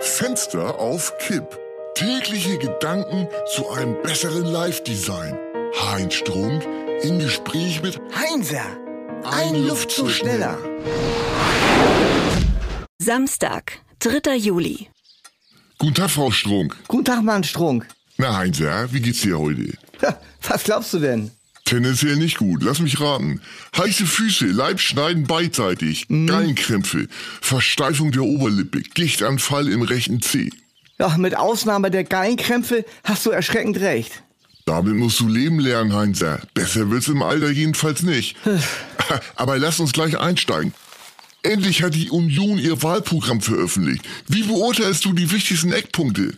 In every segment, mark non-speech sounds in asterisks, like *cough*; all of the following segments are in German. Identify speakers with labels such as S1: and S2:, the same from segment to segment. S1: Fenster auf Kipp. Tägliche Gedanken zu einem besseren Live-Design. Heinz Strunk im Gespräch mit
S2: Heinzer, ein, Luftzug schneller.
S3: Samstag, 3. Juli.
S1: Guten Tag, Frau Strunk.
S2: Guten Tag, Mann Strunk.
S1: Na, Heinzer, wie geht's dir heute?
S2: Ha, Was glaubst du denn?
S1: Tendenziell nicht gut, lass mich raten. Heiße Füße, Leibschneiden beidseitig,
S2: Mhm.
S1: Gallenkrämpfe, Versteifung der Oberlippe, Gichtanfall im rechten Zeh.
S2: Ja, mit Ausnahme der Gallenkrämpfe hast du erschreckend recht.
S1: Damit musst du leben lernen, Heinzer. Besser wird's im Alter jedenfalls nicht. *laughs* Aber lass uns gleich einsteigen. Endlich hat die Union ihr Wahlprogramm veröffentlicht. Wie beurteilst du die wichtigsten Eckpunkte?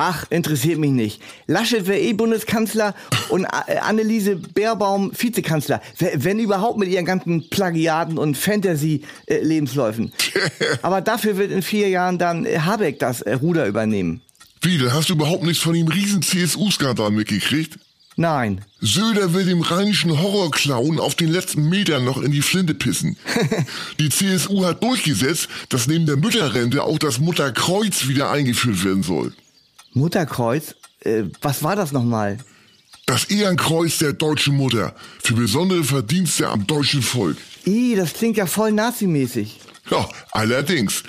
S2: Ach, interessiert mich nicht. Laschet wäre eh Bundeskanzler und A- äh, Anneliese Baerbaum Vizekanzler. W- Wenn überhaupt mit ihren ganzen Plagiaten und Fantasy-Lebensläufen. Aber dafür wird in vier Jahren dann äh, Habeck das äh, Ruder übernehmen.
S1: Wie, dann hast du überhaupt nichts von dem riesen CSU-Skandal mitgekriegt?
S2: Nein.
S1: Söder will dem rheinischen Horrorclown auf den letzten Metern noch in die Flinte pissen. Die CSU hat durchgesetzt, dass neben der Mütterrente auch das Mutterkreuz wieder eingeführt werden soll.
S2: Mutterkreuz? Äh, was war das nochmal?
S1: Das Ehrenkreuz der deutschen Mutter für besondere Verdienste am deutschen Volk.
S2: Ih, das klingt ja voll nazimäßig.
S1: Ja, allerdings.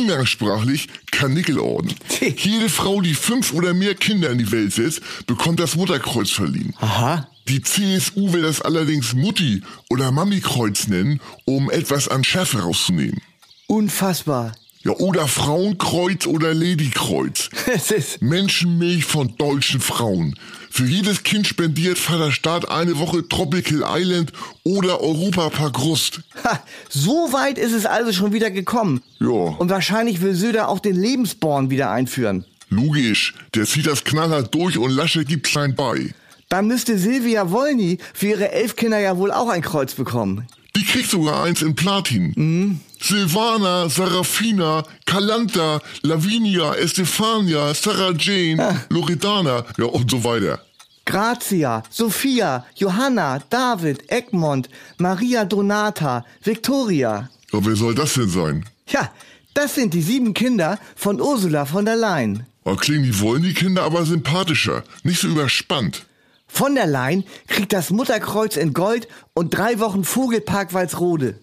S1: Umgangssprachlich Karnickelorden. Jede Frau, die fünf oder mehr Kinder in die Welt setzt, bekommt das Mutterkreuz verliehen.
S2: Aha.
S1: Die CSU will das allerdings Mutti- oder Mami-Kreuz nennen, um etwas an Schärfe rauszunehmen.
S2: Unfassbar. *laughs*
S1: Ja, oder Frauenkreuz oder Ladykreuz.
S2: Es ist.
S1: Menschenmilch von deutschen Frauen. Für jedes Kind spendiert Vaterstaat eine Woche Tropical Island oder Europapark Rust.
S2: Ha, so weit ist es also schon wieder gekommen.
S1: Ja.
S2: Und wahrscheinlich will Söder auch den Lebensborn wieder einführen.
S1: Logisch, der zieht das knallhart durch und Lasche gibt klein bei.
S2: Dann müsste Silvia Wollny für ihre elf Kinder ja wohl auch ein Kreuz bekommen.
S1: Die kriegt sogar eins in Platin. Silvana, Sarafina, Kalanta, Lavinia, Estefania, Sarah Jane, Loredana, ja und so weiter.
S2: Grazia, Sophia, Johanna, David, Egmont, Maria Donata, Victoria.
S1: Ja, wer soll das denn sein?
S2: Ja, das sind die sieben Kinder von Ursula von der Leyen.
S1: Ja, klingen die wollen die Kinder aber sympathischer, nicht so überspannt.
S2: Von der Leyen kriegt das Mutterkreuz in Gold und drei Wochen Vogelpark Walsrode.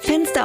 S3: Fenster